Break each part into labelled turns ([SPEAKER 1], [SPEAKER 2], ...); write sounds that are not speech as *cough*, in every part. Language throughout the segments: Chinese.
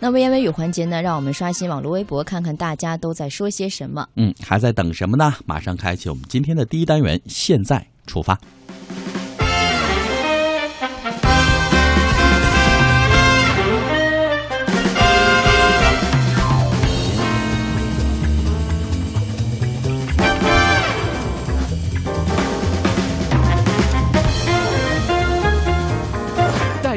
[SPEAKER 1] 那微言微语环节呢，让我们刷新网络微博，看看大家都在说些什么。
[SPEAKER 2] 嗯，还在等什么呢？马上开启我们今天的第一单元，现在出发。
[SPEAKER 3] 带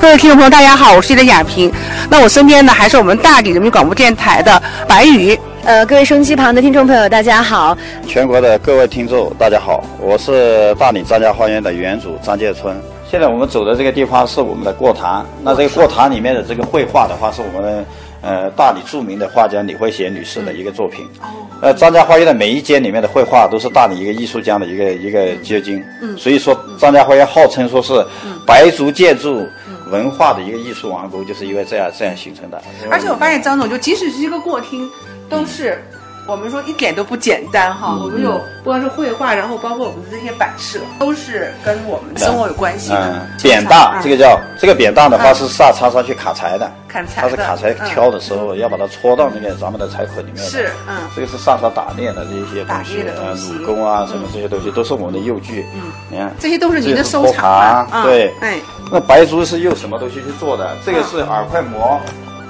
[SPEAKER 4] 各位听众朋友，大家好，我是的亚萍。那我身边呢，还是我们大理人民广播电台的白宇。
[SPEAKER 5] 呃，各位收音机旁的听众朋友，大家好。
[SPEAKER 6] 全国的各位听众，大家好，我是大理张家花园的园主张建春。现在我们走的这个地方是我们的过堂，那这个过堂里面的这个绘画的话，是我们呃大理著名的画家李慧贤女士的一个作品。
[SPEAKER 4] 哦
[SPEAKER 6] 呃，张家花园的每一间里面的绘画都是大理一个艺术家的一个一个结晶。嗯，所以说张家花园号称说是
[SPEAKER 5] 嗯
[SPEAKER 6] 白族建筑。文化的一个艺术王国，就是因为这样这样形成的。
[SPEAKER 4] 而且我发现张总，就即使是一个过厅，都是、我们说一点都不简单哈。我们有不管是绘画，然后包括我们的这些摆设，都是跟我们生活有关系的。
[SPEAKER 6] 嗯，扁担这个叫这个扁担的话
[SPEAKER 4] 嗯
[SPEAKER 6] 是上苍上去砍柴的，
[SPEAKER 4] 砍柴
[SPEAKER 6] 它是
[SPEAKER 4] 的
[SPEAKER 6] 砍柴
[SPEAKER 4] 嗯
[SPEAKER 6] 挑的时候要把它戳到那个咱们的柴捆里面的。
[SPEAKER 4] 是嗯
[SPEAKER 6] 这个是上苍打猎的这些
[SPEAKER 4] 打
[SPEAKER 6] 东
[SPEAKER 4] 猎
[SPEAKER 6] 西
[SPEAKER 4] 的，东
[SPEAKER 6] 呃，
[SPEAKER 4] 西
[SPEAKER 6] 弩弓啊什么这些东西都是我们的幼具。嗯，你看
[SPEAKER 4] 这些都是您的
[SPEAKER 6] 这
[SPEAKER 4] 收
[SPEAKER 6] 佛
[SPEAKER 4] 藏啊
[SPEAKER 6] 盘
[SPEAKER 4] 嗯
[SPEAKER 6] 对，
[SPEAKER 4] 哎，
[SPEAKER 6] 那白珠是用什么东西去做的？这个是
[SPEAKER 4] 嗯
[SPEAKER 6] 饵块膜，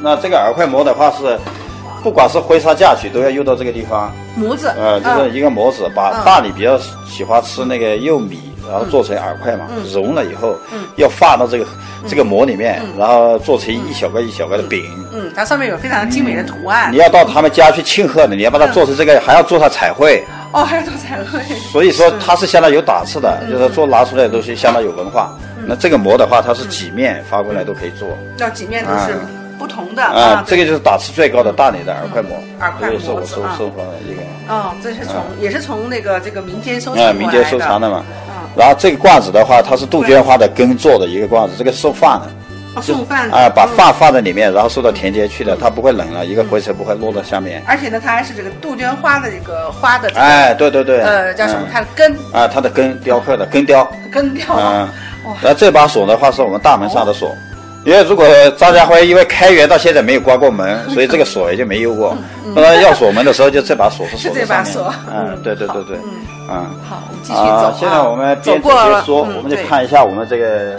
[SPEAKER 6] 那这个饵块膜的话是，不管是婚纱嫁娶都要用到这个地方。
[SPEAKER 4] 模子，
[SPEAKER 6] 呃，就是一个模子，把
[SPEAKER 4] 嗯
[SPEAKER 6] 大理比较喜欢吃那个幼米，然后做成饵块嘛，
[SPEAKER 4] 嗯
[SPEAKER 6] 融了以后，要放到这个这个馍里面，然后做成一小块一小块的饼。
[SPEAKER 4] 嗯，它上面有非常精美的图案
[SPEAKER 6] 嗯你。要到他们家去庆贺的，你要把它
[SPEAKER 4] 嗯
[SPEAKER 6] 做成这个，还要做上彩绘，
[SPEAKER 4] 哦，还有多彩绘。
[SPEAKER 6] 所以说它是相当有档次
[SPEAKER 4] 嗯
[SPEAKER 6] 的，就是做拿出来的东西相当有文化。那这个馍的话，它
[SPEAKER 4] 嗯
[SPEAKER 6] 是几面发过来都可以做，
[SPEAKER 4] 要几面都是
[SPEAKER 6] 啊
[SPEAKER 4] 不同的
[SPEAKER 6] 啊，这
[SPEAKER 4] 对
[SPEAKER 6] 个就是档次最高的大理的饵块馍，
[SPEAKER 4] 饵块
[SPEAKER 6] 这也是
[SPEAKER 4] 馍
[SPEAKER 6] 我
[SPEAKER 4] 子
[SPEAKER 6] 收
[SPEAKER 4] 啊
[SPEAKER 6] 收藏的一个。
[SPEAKER 4] 哦，这是从、
[SPEAKER 6] 啊
[SPEAKER 4] 也是从那个这个民间收藏
[SPEAKER 6] 哎，
[SPEAKER 4] 过
[SPEAKER 6] 民
[SPEAKER 4] 来
[SPEAKER 6] 间收藏的嘛。
[SPEAKER 4] 嗯
[SPEAKER 6] 然后这个罐子的话，它是杜鹃花的根做的一个罐子，这个送饭的。
[SPEAKER 4] 哦送饭的
[SPEAKER 6] 啊，把
[SPEAKER 4] 嗯
[SPEAKER 6] 饭放在里面，然后送到田间去的，它不会冷了，一个灰尘不会落到下面。
[SPEAKER 4] 而且呢，它还是这个杜鹃花的这个花的这个、
[SPEAKER 6] 哎，对对对，
[SPEAKER 4] 呃叫什么？
[SPEAKER 6] 嗯
[SPEAKER 4] 它的根
[SPEAKER 6] 啊，它的根雕刻的根雕，
[SPEAKER 4] 根雕
[SPEAKER 6] 嗯
[SPEAKER 4] 啊，，
[SPEAKER 6] 然后这把锁的话是我们大门上的
[SPEAKER 4] 哦
[SPEAKER 6] 锁，因为如果张家辉因为开园到现在没有关过门，
[SPEAKER 4] 嗯
[SPEAKER 6] 所以这个锁也就没有过。那要锁门的时候，就这把锁是锁在上
[SPEAKER 4] *laughs* 是这
[SPEAKER 6] 面
[SPEAKER 4] 把锁
[SPEAKER 6] 的。嗯，对对对对，嗯。
[SPEAKER 4] 好，我们继续走
[SPEAKER 6] 啊，现在我们
[SPEAKER 4] 走
[SPEAKER 6] 边走
[SPEAKER 4] 过了嗯
[SPEAKER 6] 边，说，我们就
[SPEAKER 4] 对
[SPEAKER 6] 看一下我们这个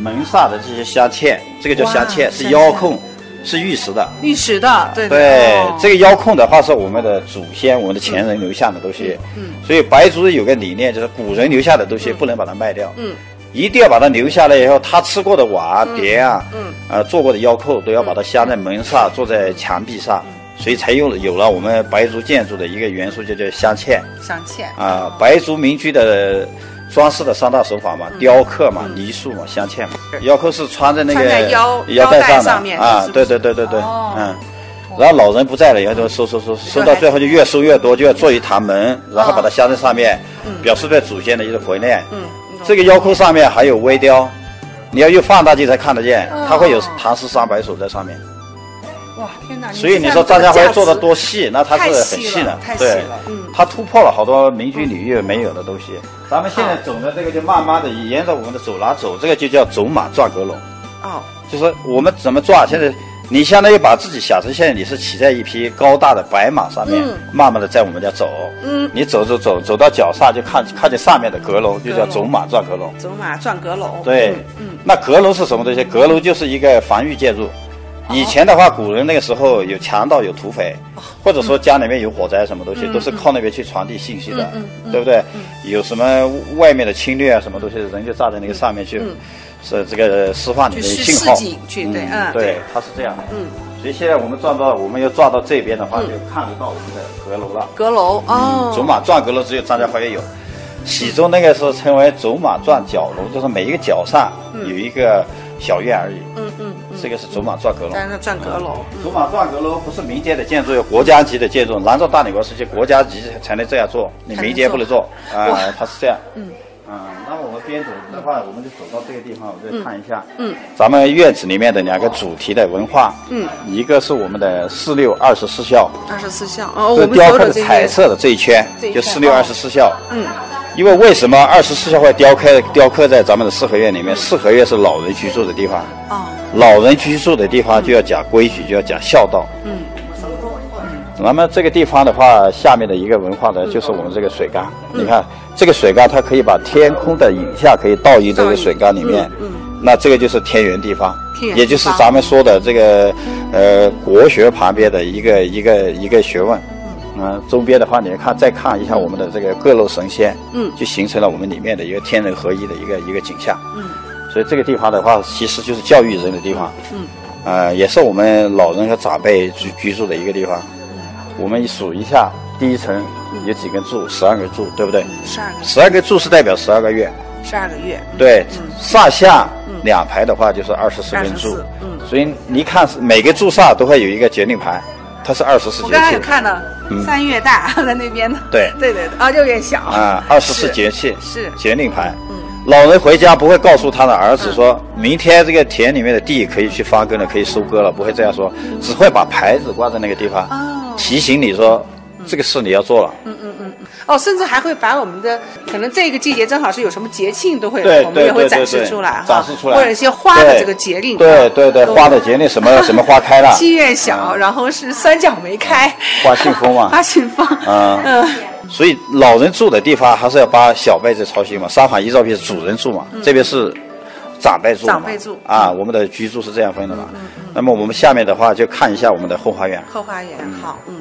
[SPEAKER 6] 门萨的这些镶嵌，这个叫镶
[SPEAKER 4] 哇
[SPEAKER 6] 嵌，是
[SPEAKER 4] 镶
[SPEAKER 6] 腰
[SPEAKER 4] 嵌
[SPEAKER 6] 控，是玉石的。
[SPEAKER 4] 玉石的，对哦
[SPEAKER 6] 对，这
[SPEAKER 4] 个
[SPEAKER 6] 个腰控的话是我们的祖先、我们的前人留下的东西。嗯，所以白族有个理念，就是古人留下的东西不能把它卖掉。
[SPEAKER 4] 嗯。
[SPEAKER 6] 一定要把它留下来以后，他吃过的碗啊、碟啊，嗯，呃，做过的腰扣都要把它镶在门上，做在墙壁上，所以才有了有了我们白族建筑的一个元素，就叫镶嵌。
[SPEAKER 4] 镶嵌
[SPEAKER 6] 啊，白族民居的装饰的三大手法嘛，
[SPEAKER 4] 嗯
[SPEAKER 6] 雕刻嘛，泥塑嘛，镶嵌嘛。腰扣是穿在那
[SPEAKER 4] 穿在
[SPEAKER 6] 个
[SPEAKER 4] 腰
[SPEAKER 6] 带
[SPEAKER 4] 腰带
[SPEAKER 6] 的
[SPEAKER 4] 上面
[SPEAKER 6] 啊
[SPEAKER 4] 是，不
[SPEAKER 6] 对
[SPEAKER 4] 是
[SPEAKER 6] 对对对对，
[SPEAKER 4] 哦
[SPEAKER 6] 嗯。然后老人不在了以后就收收收，
[SPEAKER 4] 还
[SPEAKER 6] 收
[SPEAKER 4] 哦
[SPEAKER 6] 到最后就越收越多，就要做一堂门，然后把它镶在上面，表示对祖先的一个怀念。
[SPEAKER 4] 嗯，
[SPEAKER 6] 这个腰扣上面还有微雕，你要用放大镜才看得见，
[SPEAKER 4] 哦
[SPEAKER 6] 它会有唐诗三百首在上面。
[SPEAKER 4] 哇天哪！
[SPEAKER 6] 所以你说
[SPEAKER 4] 啊这
[SPEAKER 6] 张家
[SPEAKER 4] 样的
[SPEAKER 6] 辉
[SPEAKER 4] 价值
[SPEAKER 6] 做的多细，那他是很细的，
[SPEAKER 4] 太细了太
[SPEAKER 6] 对
[SPEAKER 4] 细了，嗯
[SPEAKER 6] 他突破了好多民居领域没有的东西。咱们现在走的这个就慢慢的沿着我们的走廊走，这个就叫走马转阁龙，
[SPEAKER 4] 哦，
[SPEAKER 6] 就是我们怎么转。现在你相当于把自己想成现在你是骑在一匹高大的白马上面，慢慢的在我们家走，嗯，你走走走走到脚下就看看见上面的阁楼，就叫走马转阁龙。
[SPEAKER 4] 走马转阁楼，
[SPEAKER 6] 对，那阁楼是什么东西？阁楼就是一个防御建筑。以前的话，古人那个时候有强盗、有土匪，或者说家里面有火灾什么东西，都是靠那边去传递信息的，对不对？有什么外面的侵略啊，什么东西，人就站在那个上面去，是这个释放你
[SPEAKER 4] 去
[SPEAKER 6] 的
[SPEAKER 4] 试
[SPEAKER 6] 信号
[SPEAKER 4] 市。井去，对，嗯，
[SPEAKER 6] 对，，它是这样的。嗯，所以现在我们转到，我们要转到这边的话，就看得到我们的阁楼了。
[SPEAKER 4] 阁楼哦，
[SPEAKER 6] 走嗯马转阁楼只有张家花园有，其中那个是称为走马转角楼，就是每一个角上有一个小院而已。
[SPEAKER 4] 嗯嗯嗯，
[SPEAKER 6] 这个是竹马转阁楼。
[SPEAKER 4] 但是转阁楼，
[SPEAKER 6] 竹马转阁楼不是民间的建筑，有国家级的建筑。南诏大理国是去国家级才能这样做，你民间不能做啊、
[SPEAKER 4] 哇
[SPEAKER 6] 它是这样。
[SPEAKER 4] 嗯。
[SPEAKER 6] 啊、那么我们边走的话，我们就走到这个地方，我们再看一下。
[SPEAKER 4] 嗯，
[SPEAKER 6] 咱们院子里面的两个主题的文化，
[SPEAKER 4] 嗯，
[SPEAKER 6] 一个是我们的四六二十四孝，
[SPEAKER 4] 二十四孝哦，
[SPEAKER 6] 这
[SPEAKER 4] 我们
[SPEAKER 6] 雕
[SPEAKER 4] 走
[SPEAKER 6] 刻
[SPEAKER 4] 走
[SPEAKER 6] 的
[SPEAKER 4] 这
[SPEAKER 6] 彩
[SPEAKER 4] 些，
[SPEAKER 6] 色的这一圈
[SPEAKER 4] 这，一
[SPEAKER 6] 就
[SPEAKER 4] 圈啊
[SPEAKER 6] 四六二十四孝。
[SPEAKER 4] 嗯，
[SPEAKER 6] 因为为什么二十四孝会雕刻雕刻在咱们的四合院里面？四合院是老人居住的地方，
[SPEAKER 4] 哦，
[SPEAKER 6] 老人居住的地方就要讲规矩，就要讲孝道。
[SPEAKER 4] 嗯，
[SPEAKER 6] 那么这个地方的话，下面的一个文化
[SPEAKER 4] 嗯
[SPEAKER 6] 呢，就是我们这个水缸。你看，这个水缸它可以把天空的影像可以倒映这个水缸里面。
[SPEAKER 4] 嗯
[SPEAKER 6] 那这个就是天圆地方，
[SPEAKER 4] 天圆地方
[SPEAKER 6] 也就是咱们说的这个呃国学旁边的一个一个一个学问。嗯、周边的话，你看再看一下我们的这个各路神仙，
[SPEAKER 4] 嗯
[SPEAKER 6] 就形成了我们里面的一个天人合一的一个一个景象。
[SPEAKER 4] 嗯，
[SPEAKER 6] 所以这个地方的话，其实就是教育人的地方。
[SPEAKER 4] 嗯，
[SPEAKER 6] 呃，也是我们老人和长辈居居住的一个地方。
[SPEAKER 4] 嗯
[SPEAKER 6] 我们数一下，第一层有几根柱，十二根柱，对不对？
[SPEAKER 4] 十二个
[SPEAKER 6] 十二根柱是代表十二个月，
[SPEAKER 4] 十二个月，
[SPEAKER 6] 对，
[SPEAKER 4] 嗯
[SPEAKER 6] 上下两排的话就是二十四根柱
[SPEAKER 4] 24，嗯
[SPEAKER 6] 所以你看每个柱上都会有一个节令牌，它是二十四
[SPEAKER 4] 我
[SPEAKER 6] 节
[SPEAKER 4] 刚刚
[SPEAKER 6] 气
[SPEAKER 4] 有，看到
[SPEAKER 6] 嗯
[SPEAKER 4] 三月大 *laughs* 在那边呢，
[SPEAKER 6] 对
[SPEAKER 4] 对对对，啊，六月小 *laughs*
[SPEAKER 6] 啊，二十四
[SPEAKER 4] 是
[SPEAKER 6] 节气
[SPEAKER 4] 是
[SPEAKER 6] 节令牌。
[SPEAKER 4] 嗯
[SPEAKER 6] 老人回家不会告诉他的儿子说，明天这个田里面的地可以去翻耕了，可以收割了，不会这样说，只会把牌子挂在那个地方，
[SPEAKER 4] 嗯哦嗯
[SPEAKER 6] 提醒你说这个事你要做了。
[SPEAKER 4] 哦，甚至还会把我们的可能这个季节正好是有什么节庆都会，
[SPEAKER 6] 对，
[SPEAKER 4] 我们
[SPEAKER 6] 对
[SPEAKER 4] 也会
[SPEAKER 6] 对对
[SPEAKER 4] 展示
[SPEAKER 6] 对
[SPEAKER 4] 出来哈，
[SPEAKER 6] 展示出来，
[SPEAKER 4] 或者一些花的
[SPEAKER 6] 对
[SPEAKER 4] 这个节令，
[SPEAKER 6] 对对对，
[SPEAKER 4] 都
[SPEAKER 6] 花的节令什
[SPEAKER 4] *laughs*
[SPEAKER 6] 么什么花开了，嗯
[SPEAKER 4] 七月小，然后是三角梅开，
[SPEAKER 6] 花信封嘛
[SPEAKER 4] *laughs* 花信封，
[SPEAKER 6] 啊
[SPEAKER 4] 嗯，
[SPEAKER 6] 所以老人住的地方还是要把小辈子操心嘛。三房一照片是主人住嘛，这边是长辈住
[SPEAKER 4] 嗯
[SPEAKER 6] 嘛，
[SPEAKER 4] 长辈住嗯
[SPEAKER 6] 啊，我们的居住是这样分的嘛。那么我们下面的话就看一下我们的后花园。
[SPEAKER 4] 后花园好，嗯，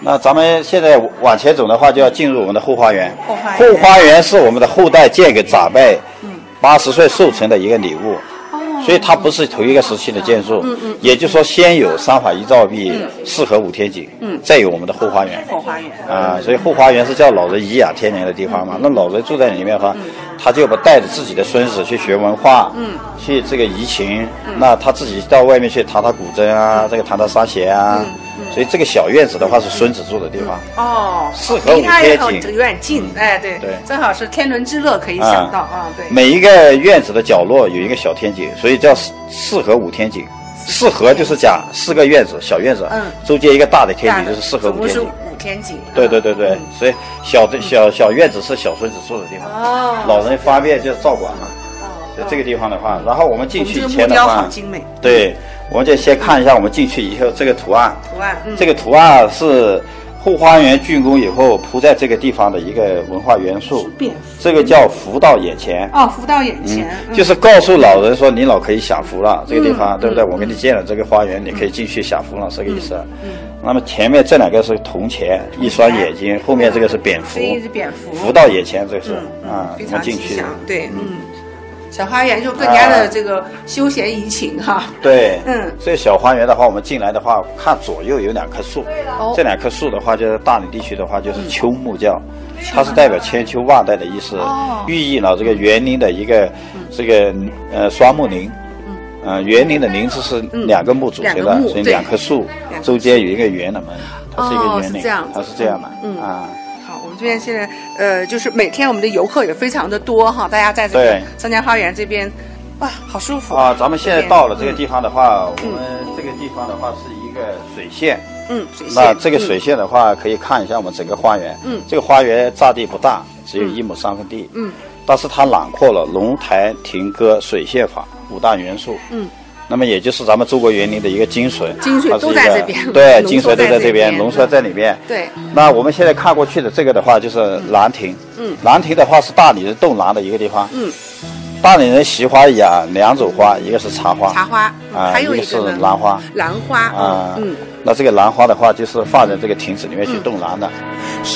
[SPEAKER 6] 那咱们现在往前走的话，就要进入我们的后花园。
[SPEAKER 4] 后花园嗯
[SPEAKER 6] 后花园是我们的后代建给长辈，八十岁寿辰的一个礼物。
[SPEAKER 4] 哦
[SPEAKER 6] 所以它不是同一个时期的建
[SPEAKER 4] 嗯
[SPEAKER 6] 筑，也就是说，先有三法一照壁，四合五天井，
[SPEAKER 4] 嗯
[SPEAKER 6] 再有我们的后花园。
[SPEAKER 4] 后花园，
[SPEAKER 6] 啊，所以后花园是叫老人颐养天年的地方嘛。那老人住在里面的话，
[SPEAKER 4] 嗯
[SPEAKER 6] 他就不带着自己的孙子去学文化，嗯，去这个怡情。
[SPEAKER 4] 嗯
[SPEAKER 6] 那他自己到外面去弹弹古筝啊，这个弹弹沙弦啊。
[SPEAKER 4] 嗯
[SPEAKER 6] 所以这个小院子的话是孙子住的地方。
[SPEAKER 4] 哦，
[SPEAKER 6] 四合五
[SPEAKER 4] 离它也
[SPEAKER 6] 街
[SPEAKER 4] 很
[SPEAKER 6] 景嗯
[SPEAKER 4] 有点近，哎，对
[SPEAKER 6] 对
[SPEAKER 4] 正好是天伦之乐可以
[SPEAKER 6] 啊
[SPEAKER 4] 想到啊，对，
[SPEAKER 6] 每一个院子的角落有一个小天井，所以叫四四合五天井。四合就是讲四个院子，小院子，
[SPEAKER 4] 嗯
[SPEAKER 6] 中间一个大的天
[SPEAKER 4] 大
[SPEAKER 6] 井
[SPEAKER 4] 的
[SPEAKER 6] 就是四合
[SPEAKER 4] 总
[SPEAKER 6] 五
[SPEAKER 4] 共
[SPEAKER 6] 天
[SPEAKER 4] 是
[SPEAKER 6] 井。
[SPEAKER 4] 五天井，
[SPEAKER 6] 对对对
[SPEAKER 4] 嗯
[SPEAKER 6] 对，所以小的小小院子是小孙子住的地方。
[SPEAKER 4] 哦
[SPEAKER 6] 老人方便就照管嘛。
[SPEAKER 4] 哦，
[SPEAKER 6] 在这个地方的话，然后我们
[SPEAKER 4] 嗯我
[SPEAKER 6] 进
[SPEAKER 4] 们这
[SPEAKER 6] 去
[SPEAKER 4] 个木
[SPEAKER 6] 前的
[SPEAKER 4] 雕好
[SPEAKER 6] 话，
[SPEAKER 4] 精美，
[SPEAKER 6] 对，我们就先看一下我们进去以后这个图案。
[SPEAKER 4] 图案，嗯
[SPEAKER 6] 这个图案是后花园竣工以后铺在这个地方的一个文化元素
[SPEAKER 4] 是蝙蝠，
[SPEAKER 6] 这个叫福到眼前。
[SPEAKER 4] 哦，福到眼前，嗯
[SPEAKER 6] 就是告诉老人说，你老可以享福了，这个地方，对不对？
[SPEAKER 4] 嗯
[SPEAKER 6] 我给你建了这个花园，你可以进去享福了，这个意思。
[SPEAKER 4] 嗯
[SPEAKER 6] 那么前面这两个是铜钱，一双眼睛，后面这个是蝙蝠
[SPEAKER 4] 这，一只蝙蝠，
[SPEAKER 6] 福到眼前，这个是
[SPEAKER 4] 嗯
[SPEAKER 6] 啊，
[SPEAKER 4] 非
[SPEAKER 6] 我们
[SPEAKER 4] 常
[SPEAKER 6] 进
[SPEAKER 4] 吉
[SPEAKER 6] 去
[SPEAKER 4] 祥，，对，嗯，小花园就更加
[SPEAKER 6] 啊
[SPEAKER 4] 的这个休闲怡情哈，
[SPEAKER 6] 对，
[SPEAKER 4] 嗯
[SPEAKER 6] 这小花园的话，我们进来的话，看左右有两棵树，这两棵树的话，就是大理地区的话，就是秋木教，
[SPEAKER 4] 嗯
[SPEAKER 6] 它是代表千秋万代的意思，
[SPEAKER 4] 哦
[SPEAKER 6] 寓意了这个园林的一个
[SPEAKER 4] 嗯
[SPEAKER 6] 这个呃双木林。呃，园林的林字是两个木组成
[SPEAKER 4] 嗯两
[SPEAKER 6] 的
[SPEAKER 4] 个，木
[SPEAKER 6] 所以
[SPEAKER 4] 对
[SPEAKER 6] 两棵树
[SPEAKER 4] 两棵树
[SPEAKER 6] 中间有一个圆的门，它是一个
[SPEAKER 4] 哦
[SPEAKER 6] 园
[SPEAKER 4] 是
[SPEAKER 6] 林
[SPEAKER 4] 这样子，
[SPEAKER 6] 它是这样的
[SPEAKER 4] 嗯嗯
[SPEAKER 6] 啊。
[SPEAKER 4] 好，我们这边现在呃，就是每天我们的游客也非常的多哈，大家在这个
[SPEAKER 6] 对
[SPEAKER 4] 三江花园这边，哇，好舒服
[SPEAKER 6] 啊，咱们现在到了这个
[SPEAKER 4] 边
[SPEAKER 6] 地方的话，我们这个地方的话是一个水线，
[SPEAKER 4] 嗯，嗯水线
[SPEAKER 6] 那这个水线的话，可以看一下我们整个花园。
[SPEAKER 4] 嗯
[SPEAKER 6] 这个花园占地不大，只有一亩三分地。
[SPEAKER 4] 嗯，
[SPEAKER 6] 但是它囊括了龙台、亭阁、水榭法五大元素。
[SPEAKER 4] 嗯，
[SPEAKER 6] 那么也就是咱们中国园林的一个精髓。
[SPEAKER 4] 精髓
[SPEAKER 6] 它是
[SPEAKER 4] 都
[SPEAKER 6] 一
[SPEAKER 4] 在
[SPEAKER 6] 个
[SPEAKER 4] 这边
[SPEAKER 6] 对，
[SPEAKER 4] 浓
[SPEAKER 6] 精
[SPEAKER 4] 缩
[SPEAKER 6] 髓都
[SPEAKER 4] 在
[SPEAKER 6] 在
[SPEAKER 4] 这
[SPEAKER 6] 这边，
[SPEAKER 4] 边
[SPEAKER 6] 浓缩在里面。
[SPEAKER 4] 嗯对。
[SPEAKER 6] 那我们现在看过去的这个的话，就是兰亭。
[SPEAKER 4] 嗯，
[SPEAKER 6] 兰亭的话是大理人洞廊的一个地方。
[SPEAKER 4] 嗯，
[SPEAKER 6] 大理人习花养两种花，一个是茶花。
[SPEAKER 4] 茶花，
[SPEAKER 6] 啊
[SPEAKER 4] 嗯还有
[SPEAKER 6] 一个
[SPEAKER 4] 个
[SPEAKER 6] 是
[SPEAKER 4] 呢
[SPEAKER 6] 兰花
[SPEAKER 4] 兰花
[SPEAKER 6] 啊，
[SPEAKER 4] 嗯，
[SPEAKER 6] 那这个兰花的话，就是放在这个亭子里面去种兰的。